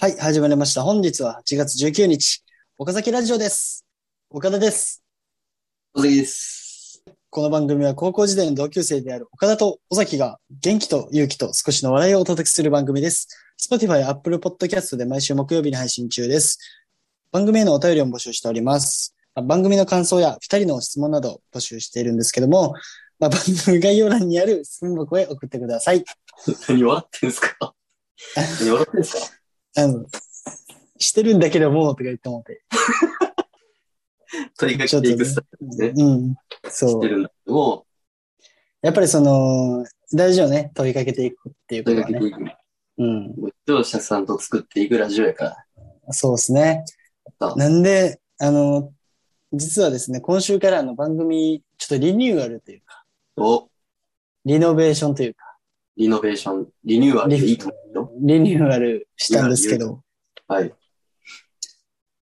はい、始まりました。本日は8月19日、岡崎ラジオです。岡田です。小関です。この番組は高校時代の同級生である岡田と尾崎が元気と勇気と少しの笑いをお届けする番組です。Spotify、Apple Podcast で毎週木曜日に配信中です。番組へのお便りを募集しております。まあ番組の感想や2人の質問などを募集しているんですけども、まあ、番組概要欄にある質問箱へ送ってください。何笑ってんす か何笑ってんすかあの、してるんだけども、とか言ってもって。鳥が来ていくスタイルですね。うん。そ知うって。るんだけども、やっぱりその、大事よね。問いかけていくっていうこ鳥とがは来ねて。いく。うん。視聴者さんと作っていくラジオやから。そうですねそ。うなんで、あの、実はですね、今週からあの番組、ちょっとリニューアルというか、お、リノベーションというか、リノベーション、リニューアルでいいと思うよ。リニューアルしたんですけど、はい。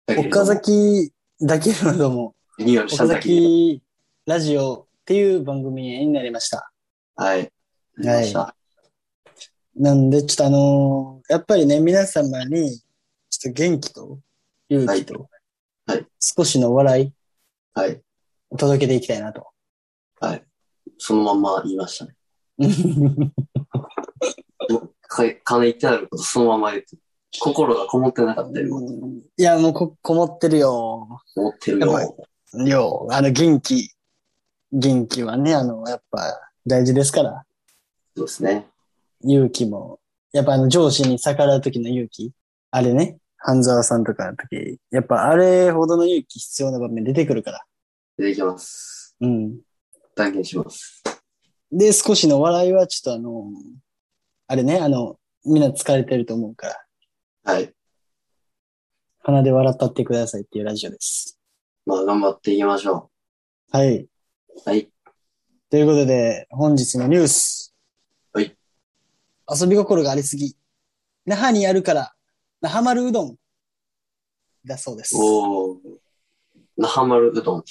だけれども岡崎だけれども、リニューアルした岡んだけど。崎ラジオっていう番組になりました。はい。なりました。なんで、ちょっとあのーやっぱりね、皆様に、ちょっと元気と勇気と、はいはい少しの笑いはい。を届けていきたいなと。はい。そのまんま言いましたね。 か金言ってあることそのまま言って。心がこもってなかったよ。いや、もうこ、こもってるよ。思ってるやばいよ。よ、あの、元気。元気はね、あの、やっぱ、大事ですから。そうですね。勇気も。やっぱ、あの、上司に逆らう時の勇気。あれね、半沢さんとかの時。やっぱ、あれほどの勇気必要な場面出てくるから。出てきます。うん。断言します。で、少しの笑いは、ちょっとあの、あれね、あの、みんな疲れてると思うから、はい。鼻で笑ったってくださいっていうラジオです。まあ、頑張っていきましょはい。う。はい。ということで、本日のニュース。はい。遊び心がありすぎ。那覇にあるから、那覇丸うどん。だそうです。おお。那覇丸うどん。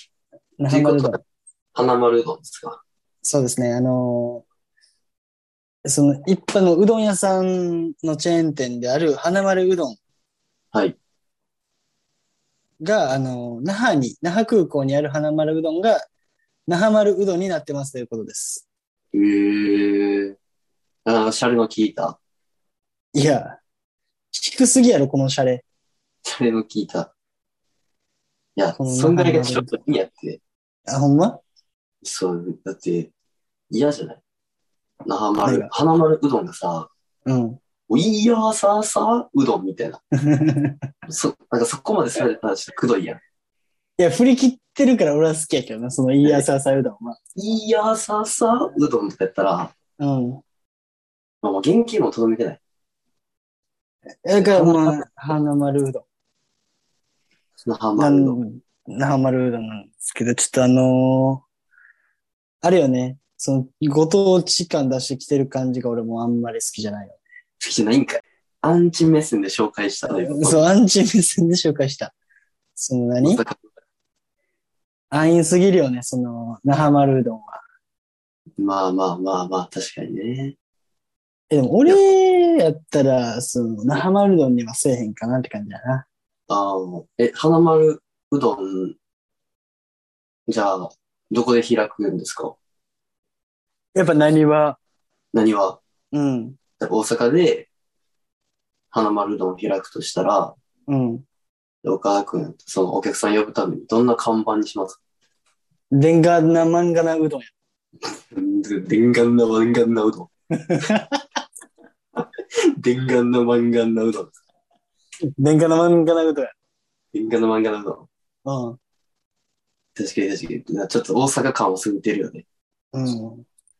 那覇丸うとどいうんこ。花丸うどんですか。そうですね、あのーその一般のうどん屋さんのチェーン店である花丸うどんはい。が、あのー那覇に、那覇空港にある花丸うどんが、那覇丸うどんになってますということです。えー。ああ、シャレの効いた。いや、低すぎやろ、このシャレ。シャレの効いた。いや、このそんぐらいがちょっといいやって。あ、ほんまそう、だって、嫌じゃない那覇何丸が、花丸うどんがさ、うん。おいやーさーさーうどんみたいな。そ、なんかそこまでされたらちょっとくどいやん。いや、振り切ってるから俺は好きやけどな、そのいいやささうどんは。いやーさーさーうどんとかやったら、うん。まあ、もう原型もとどめてない。だからまあ、花丸うど那覇ん。な丸うどん。ん那覇丸うどんなんですけど、ちょっとあのーあれよね、その、ご当地感出してきてる感じが俺もあんまり好きじゃないよ。好きじゃないんかい。アンチ目線で紹介したということそう、アンチ目線で紹介した。その何だか安易すぎるよね、その、那覇丸うどんは。らまあまあまあまあ、確かにね。え、でも俺やったら、その、那覇丸うどんにはせえへんかなって感じだな。ああ、え、花丸うどん、じゃあ、どこで開くんですかやっぱ何は、何はうん、大阪で、花丸うどんを開くとしたら、うん。岡田くん、そのお客さん呼ぶためにどんな看板にしますかでんがなまんがなうどんや。でんがんなマンガンな うどん。でんがんなマンガンなうどん。でんがなまんがなうどんや。でんがんなマンガンなうどん。うん。確かに確かにな。ちょっと大阪感をすぐ出るよね。う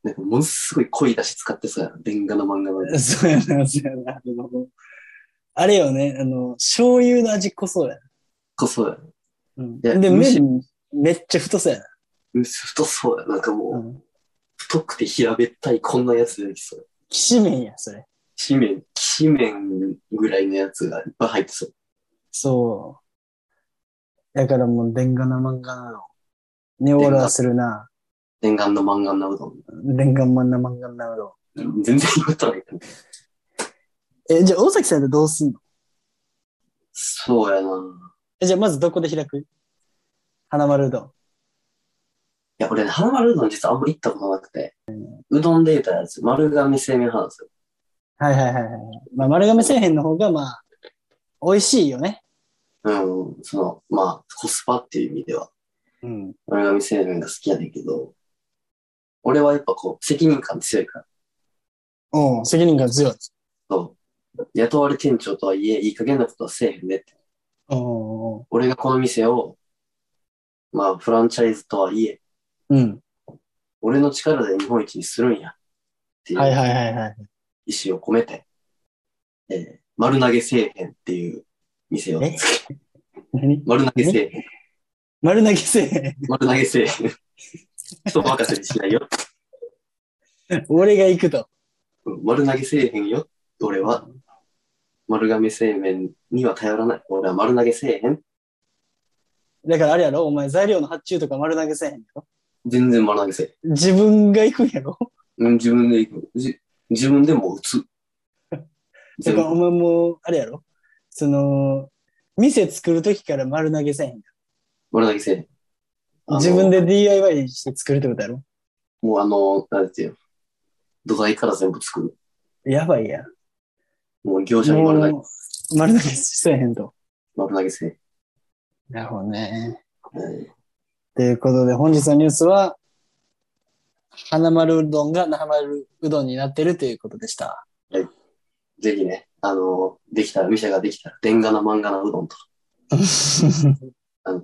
なんかものすごい濃い出汁使ってそうやな。レンガの漫画の。ん。そうやな、そうやな。あのあれよね、あの、醤油の味濃そうや濃そうやな。いな。うやん。で、むし麺、めっちゃ太そうやな。うん太そうやな。なんかもう、うん。太くて平べったいこんなやつ出てきそう。きしめんや、それ。きめん、きしめんぐらいのやつがいっぱい入ってそう。そう。だからもう、でんがなまんがなの。ね、俺はするな。レンガの漫画のうどん。でんがんまんなまんがなうど全然言うとない。ん。え、じゃあ、大崎さんってどうすんのそうやな。えじゃあまずどこで開く花丸うどん。いや、俺ね、花丸うどん実はあんま行ったことなくて、うどんで言ったやつ、丸亀製麺派なんですよ。はいはいはいはい。まあ、丸亀製麺の方が、まあ、美味しいよね。うん、その、まあ、コスパっていう意味では、うん。丸亀製麺が好きやねんけど、俺はやっぱこう、責任感強いから、うん、責任感強い。そう、雇われ店長とはいえ、いい加減なことはせえへんねって。うん。俺がこの店を、まあ、フランチャイズとはいえ、うん。俺の力で日本一にするんや、っていはいうはいはいはい。意思を込めて、えー丸投げ製麺っていう店を、え 何丸投げ製麺丸投げ製丸投げせえ。人任せにしないよ。麺。俺が行くと。うん丸投げせえへんよ。俺は丸亀製麺には頼らない。俺は丸投げせえへん。だからあれやろお前材料の発注とか丸投げせえへんやろ全然丸投げせえ自分が行くんやろへん。うん自分で行く。じ自分でも打つ。 だ全からお前部もう、あれやろその、店作るときから丸投げせえへん。丸投げせえへん。あの自分。で DIY して作るってことやろもうあの、なんていうの土台から全部作る。やばいやん。もう業者に丸投げ、もう丸投げせえへんと。丸投げせえなるほどね。へん。うんということで、本日のニュースは、花丸うどんが那覇丸うどんになってるということでした。ぜひね、あの、できたら、店ができたら、電ガナ漫画のうど んと、絶あの、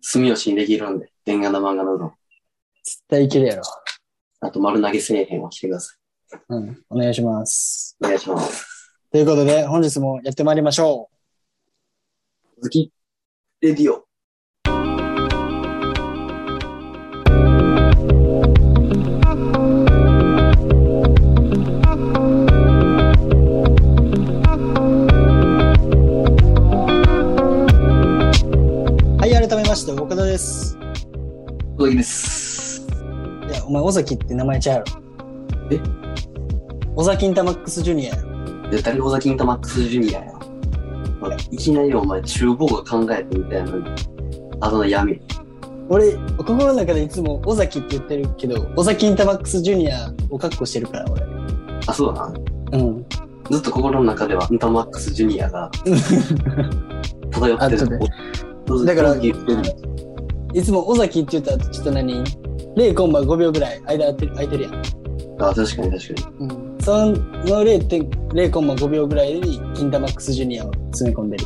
住吉にできるんで、電ガナ漫画のうどん。対いけるやろ。あと丸投げせえへんをしてください。うん。お願いします。お願いします。ということで、本日もやってまいりましょ続き、レディオ。う。はい、改めまして、岡田です。続きです。いや、お前、尾崎って名前ちゃうやろ。え尾崎インターマックスジュニアやろ。で、誰尾崎インターマックスジュニアや。おいいきなりお前、厨房が考えてみたいな。あだ名闇。俺、心の中でいつも尾崎って言ってるけど、尾崎インターマックスジュニアをカッコしてるから、俺。あ、そうだな。うん。ずっと心の中では、インターマックスジュニア が、漂ってあちょっる。だから言ってる。いつも尾崎って言った後、ちょっと何 ?0 コンマ5秒ぐらい間空いてる空いてるやん。あ、確かに確かに。その0.0コンマ5秒ぐらいにキンタマックスジュニアを詰め込んでる。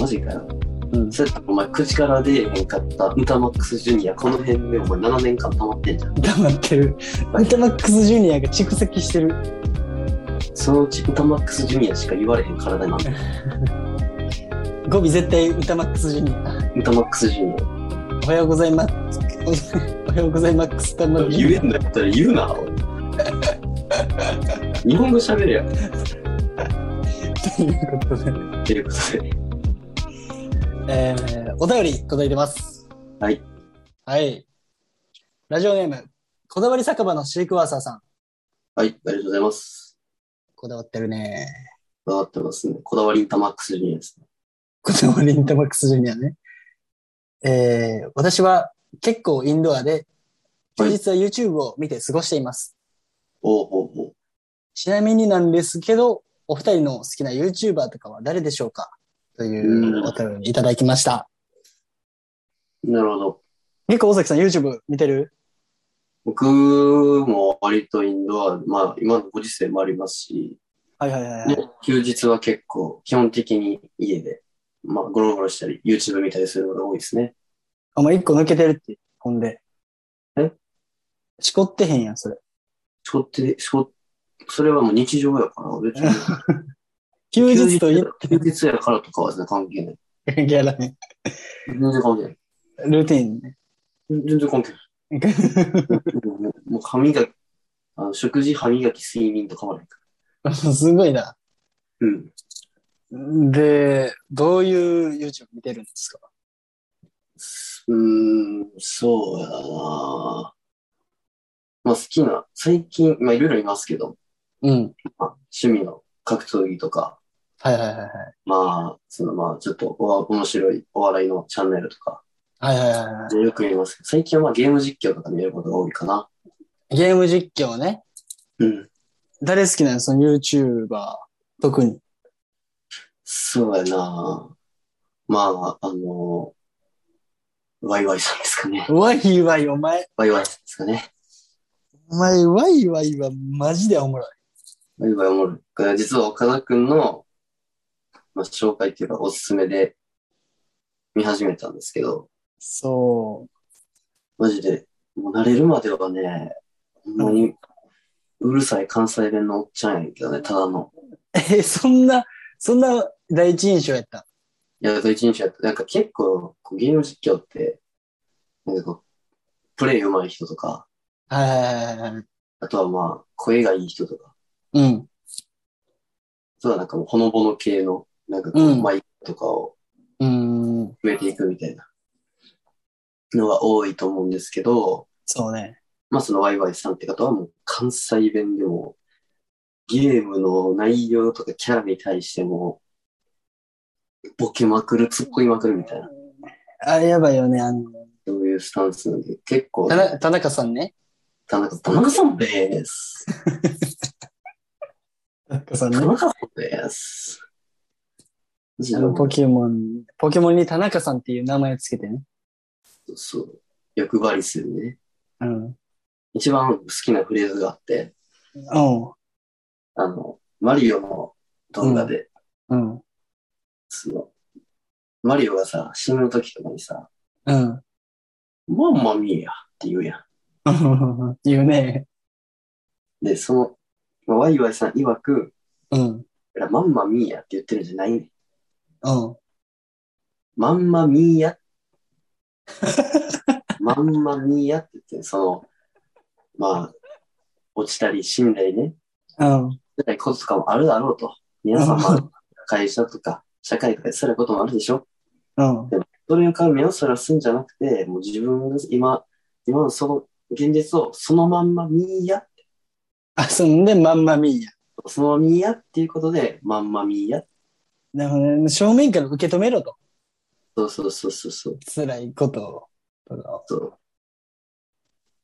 マジかよ。 うんそうやったらお前、口から出えへんかった、インターマックスジュニア、この辺でお前7年間溜まってんじゃん。黙ってる。キンタマックスジュニアが蓄積してる。そのうち、インターマックスジュニアしか言われへん体なんだ語尾絶対歌マックスジュニア。インターマックスジュニア。おはようございます。 おはようございます。歌マックス言えんだったら言うな。 日本語喋れや。ということで、ということで、えー、お便り届いてます。はい。はい。ラジオネーム、こだわり酒場のシークワーサーさん。はい、ありがとうございます。こだわってるね。こだわってますね。こだわりインターマックスジュニアですね。こだわりインターマックスジュニアね。えー、私は結構インドアで、休日は YouTube を見て過ごしています。おうおうおう。ちなみになんですけど、お二人の好きな YouTuber とかは誰でしょうかというお便りいただきました。なるほど。結構大崎さん YouTube 見てる僕も割とインドア、まあ今のご時世もありますし、はいはいはいはねい。休日は結構基本的に家で、まあゴロゴロしたり YouTube 見たりするのが多いですね。お前一個抜けてるって、ほんで。えしこってへんやん、それ。しこって、しこ、それはもう日常やから、別に。休日といい休 日やからとかは全然関係ない。ギャラね。全然関係ない。ルーティンね。全然関係ない。もうもう歯磨き、あの食事、歯磨き、睡眠とかもない かすごいな。ら。うん。で、どういう YouTube 見てるんですかうーん、そうやなまあ好きな、最近、まあいろいろいますけど、うん。まあ、趣味の格闘技とか、はいはいはいはい。まあ、そのまあ、ちょっとおわ面白いお笑いのチャンネルとか、はいはいはいはでよく見ますけど、最近はまあゲーム実況とか見ることが多いかな。い。ゲーム実況ね。うん。誰好きなのその YouTuber。特に。そうやなまあ、あのワイワイさんですかね。ワイワイ、お前。ワイワイさんですかね。お前、ワイワイはマジでおもろい。ワイワイおもろい。これ実は岡田くんの、まあ、紹介っていうかおすすめで見始めたんですけど、そマジで、もう慣れるまではね、ほんまに、うるさい関西弁のおっちゃんやけどね、ただの。う。え、そんな、そんな第一印象やった。いや、ドイツ人やった。なんか結構、こうゲーム実況って、なんかこう、プレイ上手い人とか、はいはいはいはいはい。あとはまあ、声がいい人とか、うん。あとはなんかもう、ほのぼの系の、なんかこう、うんマイクとかをうん。埋めていくみたいなのが多いと思うんですけど、そうね。まあそのワイワイさんって方はもう関西弁でも、ゲームの内容とかキャラに対しても、ボケまくる、突っ込みまくるみたいな、あれやばいよね。あの、そういうスタンスなんで、結構、田中田中さんね。田中田中さんです。田中さん田ね。中さんです。あのポケモン、ポケモンに田中さんっていう名前をつけてね。そう、欲張りするね。うん。一番好きなフレーズがあって、うあの、マリオの動画で、ん。うん。その、マリオがさ、死ぬ時とかにさ、うん。マンマミーやって言うや言うね。ん。で、その、まあワイワイさん曰く、うん。いやマンマミーやって言ってるんじゃないね。うん。マンマミーや。マンマミーやって言ってる、その、まあ、落ちたり死んだりね、うん。辛いこととかもあるだろうと。皆さんうも会社とか社会とかで辛いこともあるでしょうん。それから目をそらすんじゃなくて、もう自分が今、今のその現実をそのまんま見いや、あ、そんで、まんまみーや。そのまま見いやっていうことで、まんま見いや。なるほどね。正面から受け止めろと。そうそうそうそうそう。辛いことを。そう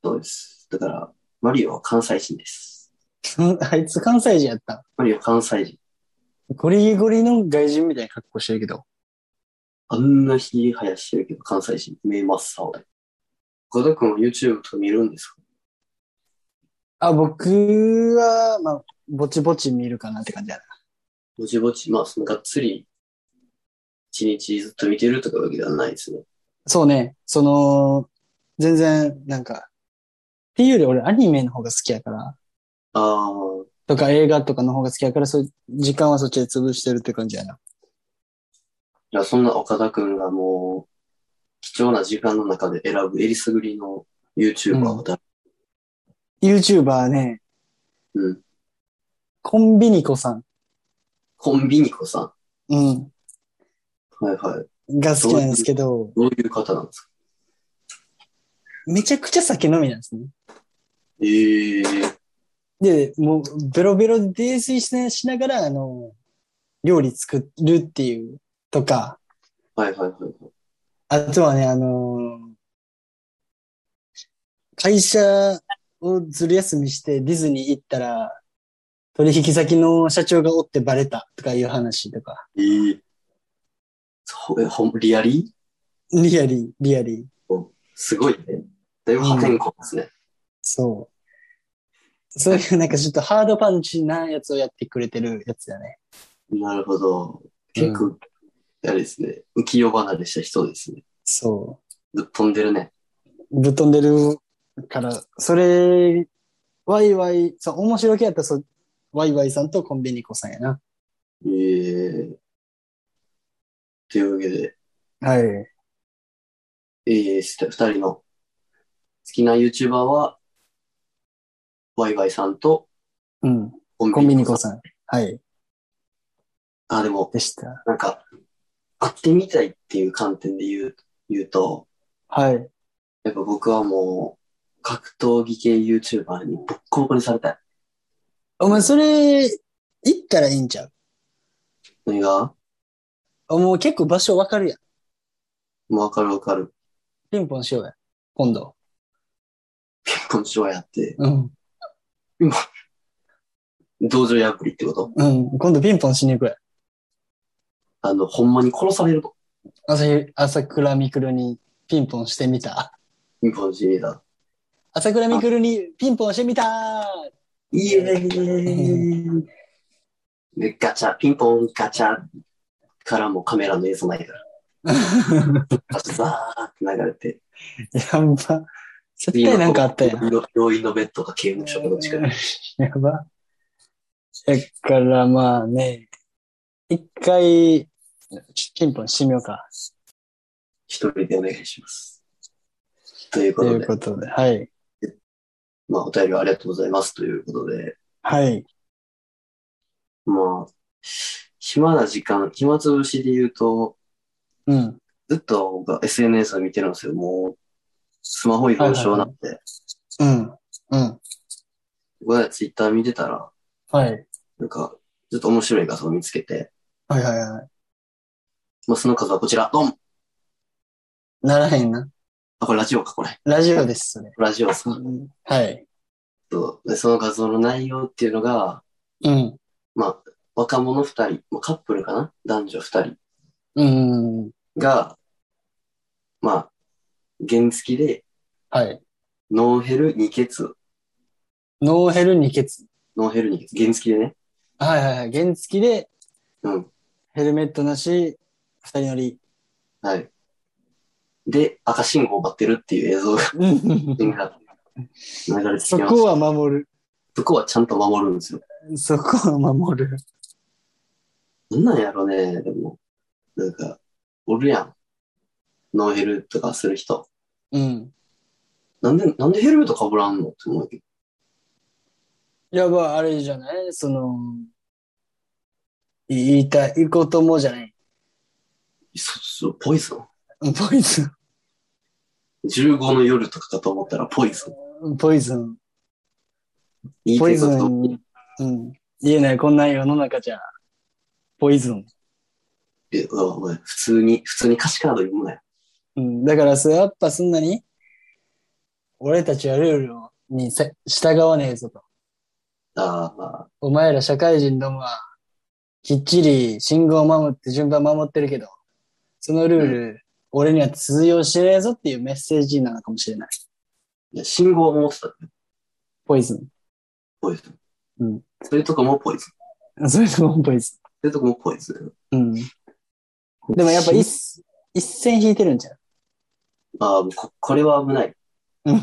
そうです。だから、マリオは関西人です。 あいつ関西人やった。マリオ関西人。ゴリゴリの外人みたいな格好してるけど。あんな日生やしてるけど関西人、目真っ青で。ゴ田君は YouTube とか見るんですかあ、僕は、まあ、ぼちぼち見るかなって感じやぼちぼち、まあ、そのがっつり、一日ずっと見てるとかわけではないですね。そうね。その、全然、なんか、っていうより俺アニメの方が好きやから、ああ、とか映画とかの方が好きやから、そう、時間はそっちで潰してるって感じやな。いや、そんな岡田くんがもう、貴重な時間の中で選ぶえりすぐりの YouTuber をだ、 YouTuber ね、うん、コンビニコさん。コンビニコさうん。ん。はいはい。が好きなんですけど、どういう方なんですかめちゃくちゃ酒飲みなんですね。ええで、もう、ベロベロで泥酔しなしながら、あの、料理作るっていう、とか、はいはいはいはい。あとはね、あの会社をずる休みしてディズニー行ったら、取引先の社長がおってバレたとかいう話とか、ええそう、え、ほん、リアリリアリー、リアリー。すごいね。だいぶ破天荒ですね。そう。そういうなんかちょっとハードパンチなやつをやってくれてるやつだね。なるほど。結構、あれですね。浮世離れした人ですね。そぶっ飛んでるね。う。ぶっ飛んでるから、それ、ワイワイ、そう、面白系やったらそう、ワイワイさんとコンビニ子さんやな。ええというわけで、はい。ええ二人の好きな YouTuber は、ワイワイさんとうん。コンコンビニ子コさん。はい。ん。あ、でも、でした。なんか、会ってみたいっていう観点で言う言うと、はい。やっぱ僕はもう、格闘技系 YouTuber にボッコボコにされたい。お前、それ、行ったらいいんちゃう何があもう結構場所わかるやん。もうわかるわかる。ピンポンしようや。今度。ピンポンしようやって。うん。道場破りってことうん。今度ピンポンしに行くや。あの、ほんまに殺されると。朝日、朝倉未来にピンポンしてみた。ピンポンしにだ。朝倉未来にピンポンしてみたイエーイで、ガチャ、ピンポン、ガチャからもカメラの映像ないから。ーガチャザーって流れて。やんば。絶対なんかあったやん。病院の病院のベッドか刑務所かどっちか。やば。だからまあね、一回、ちょピンポンしてみようか。一人でお願いします。というとこといでう、ことで、はい。まあ、お便りありがとうございますということで、はい。まあ、暇な時間、暇つぶしで言うと、うん。ずっと僕は SNS を見てるんですよ。もう、スマホ依存症なんで。うん。うん。僕はツイッター見てたら、はい。なんか、ずっと面白い画像を見つけて、はいはいはい。まあ、その数はこちら、ドンならへんな。あ、これラジオか、これ。ラジオです、それ。ラジオさんうんはい。と、で、その画像の内容っていうのが、うん。まあ、若者二人、まあ、カップルかな男女二人うん。が、まあ、原付きで、はい。ノーヘル二ケツ、ノーヘル二欠。ノーヘル二ケツ、原付きでね。はいはいはい。原付きでうん。ヘルメットなし、二人乗り。はい。で、赤信号を待ってるっていう映像が流れてきそてまこす。は守る。そこはちゃんと守るんですよ。そこは守る。なんなんやろね、でも。なんか、おるやん。ノーヘルとかする人。うん。なんで、なんでヘルメットかぶらんのって思うけど。やばい、あれじゃないその、い言いたいこともじゃない。そ、そ、ポイズンポイズ ?15 の夜とかかと思ったらポイズン。ン、ポイズン、いいポけイズどンに、うん。言えない、こんな世の中じゃ、ポイズン。えうわお前普通に、普通に歌詞カード読むなよ。うん、だからそ、やっぱそんなに、俺たちはルールをにせ従わねえぞと。あーまあ、お前ら社会人どもは、きっちり信号を守って順番守ってるけど、そのルール、俺には通用しねえぞっていうメッセージなのかもしれない。いや信号を持ってたね。ポイズン。ポイズン。うん。そういうとこもポイズン。それともポイズそういうとこもポイズン。ン。うん。でもやっぱ一、一線引いてるんじゃああ、もうこ、これは危ない。んも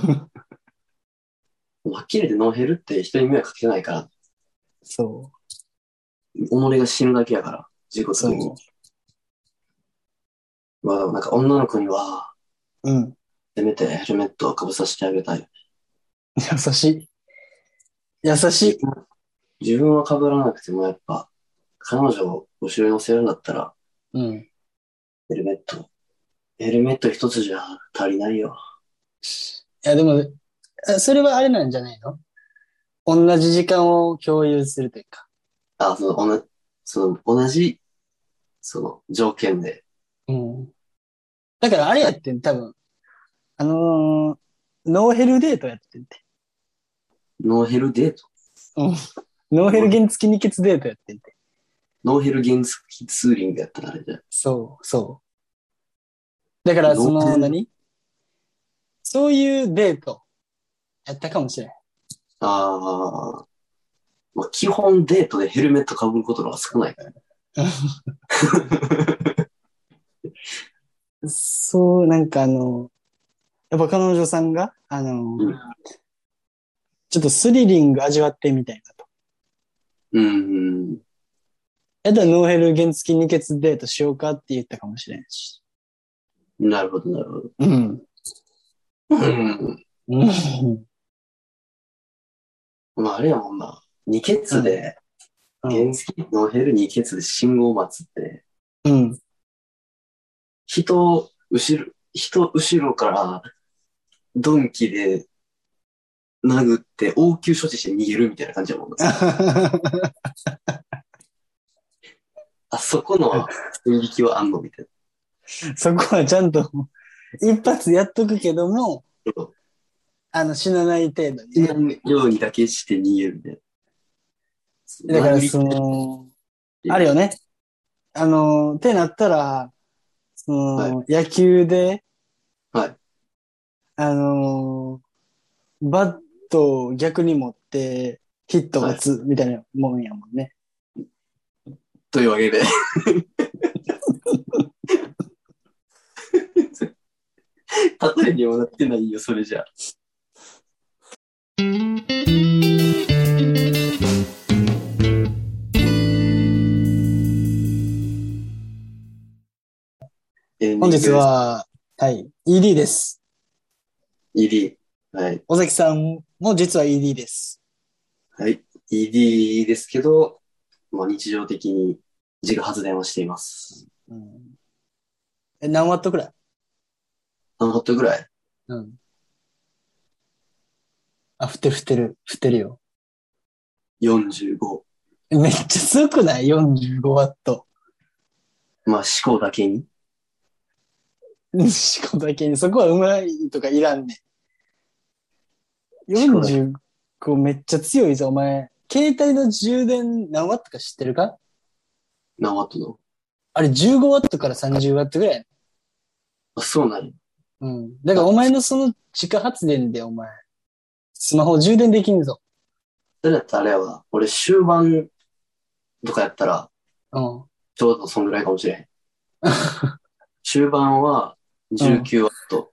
うはっきり言ってノーヘルって人に迷惑かけないから、そ己が死ぬだけやから、事故う。するにそ。まあ、なんか女の子には、う。うん。せめてヘルメットをかぶさせてあげたい。優しい。優しい。自分は被らなくてもやっぱ、彼女を後ろに乗せるんだったら、うん。ヘルメット。ヘルメット一つじゃ足りないよ。いや、でも、あそれはあれなんじゃないの同じ時間を共有するというか。あ、その、同じ、その、同じ、その、条件で。うん。だからあれやってん、多分。あのーノーヘルデートやってんて。ノーヘルデート。ノーヘル原付二欠デートやってんて。ノーヘル原付ツーリングやったらあれじゃん。そう、そう。だから、そノーの、ヘル何そういうデート、やったかもしれん。ああ。まあ、基本デートでヘルメット被ることの方が少ないから。そう、なんかあの、やっぱ彼女さんが、あの、んちょっとスリリング味わってみたいなと。うん。やったらノーヘル原付二欠デートしようかって言ったかもしれんし。なるほど、なるほど。うん。うん。うん。まあ、あれやもんな。二ケツで、原付ノーヘル二ケツで信号待つって、うん。 人を後ろ、人後ろから、ドンキで、殴って、応急処置して逃げるみたいな感じやもんな。あそこの線引きはあんのみたいそこはちゃんと、一発やっとくけども、な。そうあの、死なない程度に死ねな。んようにだけして逃げるみたいな。だから、その、あるよね。あの、ってなったら、その、は野球で、はい。あの、バットを逆に持って、ヒットを打つみたいなもんやもんね。というわけで。例えにもなってないよ、それじゃあ。本日。は、はい、ED です。 ED。はい。尾崎さんも実は ED です。はい。ED ですけど、まあ、日常的に自家発電をしています。うん、え何ワットくらい何ワットぐらいうん。あ、振ってる振ってる、振ってるよ。 ?45。めっちゃ強くない ?45 ワット。まあ、思考だけに。しこだけに、そこはうまいとかいらんねん。45めっちゃ強いぞ、お前。携帯の充電何ワットか知ってるか何ワットのあれ15ワットから30ワットぐらい。あ、そうなんや。うん。だからお前のその自家発電でお前、スマホ充電できんぞ。それだったらあれやわ。俺、終盤とかやったら、うん。ちょうどそんぐらいかもしれへん。終盤は19ワット。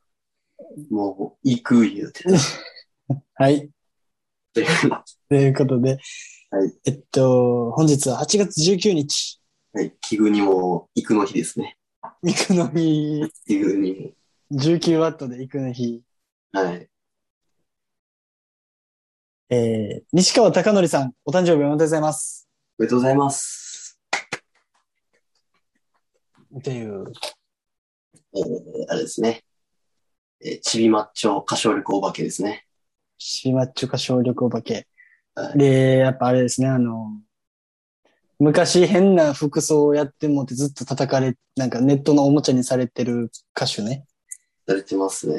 もう、行く言うて。はい。というということで、はいえっと、本日は8月19日、はい。器具にも、行くの日ですね。行くの日、器具に19ワットで行くの日、も。はい。えー、西川貴則さん、お誕生日おめでとうございます。おめでとうございます。っていう、えー、あれですね。えー、ちびまっちょ、歌唱力お化けですね。シマッチョか小力お化け。はいで、やっぱあれですね、あの、昔変な服装をやってもってずっと叩かれ、なんかネットのおもちゃにされてる歌手ね。されてますね。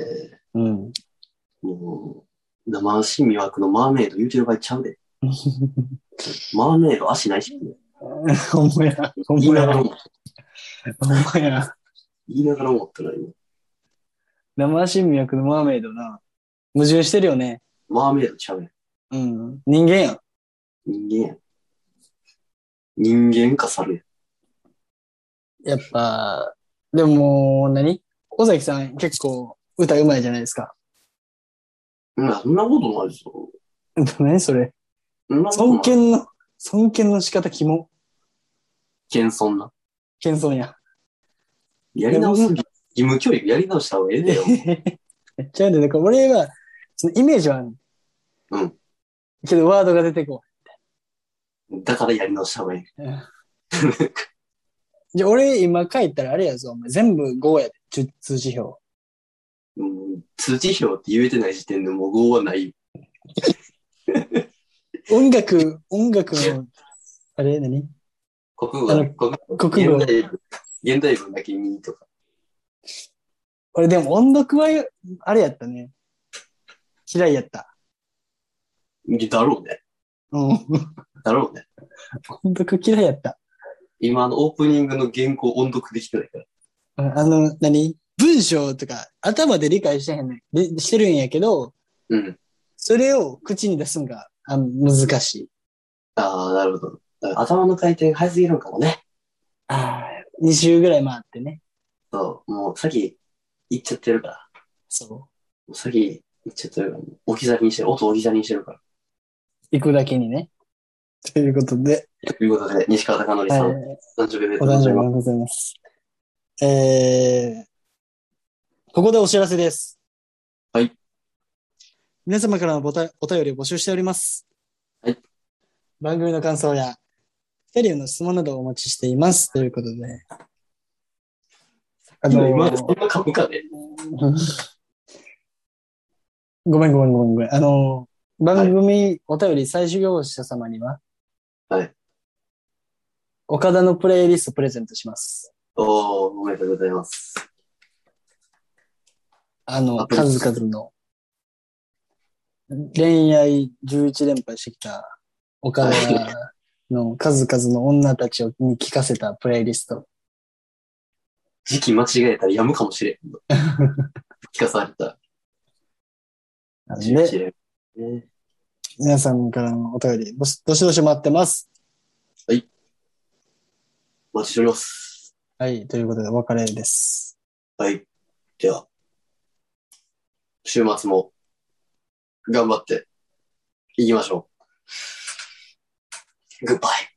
うん。 もう、生足魅惑のマーメイド言うてる場合ちゃ うで。マーメイド足ないし。ほんまや、ほん言いまながやら、も、ほんまや。言いながらも思ったら今。生足魅惑のマーメイドな。矛盾してるよね。マーメイドちゃうやん。うん。人間やん。人間やん。人間か猿やん。やっぱ、でももう何、尾崎さん結構歌うまいじゃないですか。 うんそんなことないですよ。何それ。そんなこと尊ない。敬の、尊敬の仕方キモ。謙遜な。謙遜や。やり直す。義務教育やり直した方がええ でよ。めっちゃあるだから俺は、そのイメージはある。うん。けどワードが出てこだからやり直した方がええ。う。うんじゃあ俺今書いたらあれやぞ。お前全部5やで。十通知表。うん通知表って言えてない時点でもう語はない。音 楽、音楽の、あれ何国語あが、の国語国語現代文。現代文だけにとか。俺でも音読は、あれやったね。嫌いやった。だろうね。うん。だろうね。音読嫌いやった。今、あの、オープニングの原稿音読できてないから。うんあの、何文章とか頭で理解してへんねん。でしてるんやけど、うん。それを口に出すんがあ難しい。ああ、なるほど。だから頭の回転が早すぎるのかもね。ああ、2週ぐらい回ってね。そう。もう、先、行っちゃってるから。そもう先、行っちゃってるから。置き去りにしてる。音を置き去りにしてるから。う。行くだけにね。ということで、ということで、西川貴教はいさん、、誕生日おめでとおうご誕生ざい日までございます。えー、ここでお知らせです。はい。皆様からのおたお便りを募集しております。はい。番組の感想や、二人への質問などをお待ちしています。ということで。あす。のー今、今、今株価で。 ごめんごめんごめんごめん。あのー、番組お便り最終業者様には、はい。岡田のプレイリストプレゼントします。おー、おめでとうございます。あの、あプレ数々の恋愛11連敗してきた岡田の数々の女たちをに聞かせたプレイリスト。時期間違えたらやむかもし れんの。聞かされた。なんで、 11連ね皆さんからのお便り、どしどしどし待ってます。お待ちしております。はい、ということでお別れです。はい。では、週末も頑張っていきましょう。グッバイ。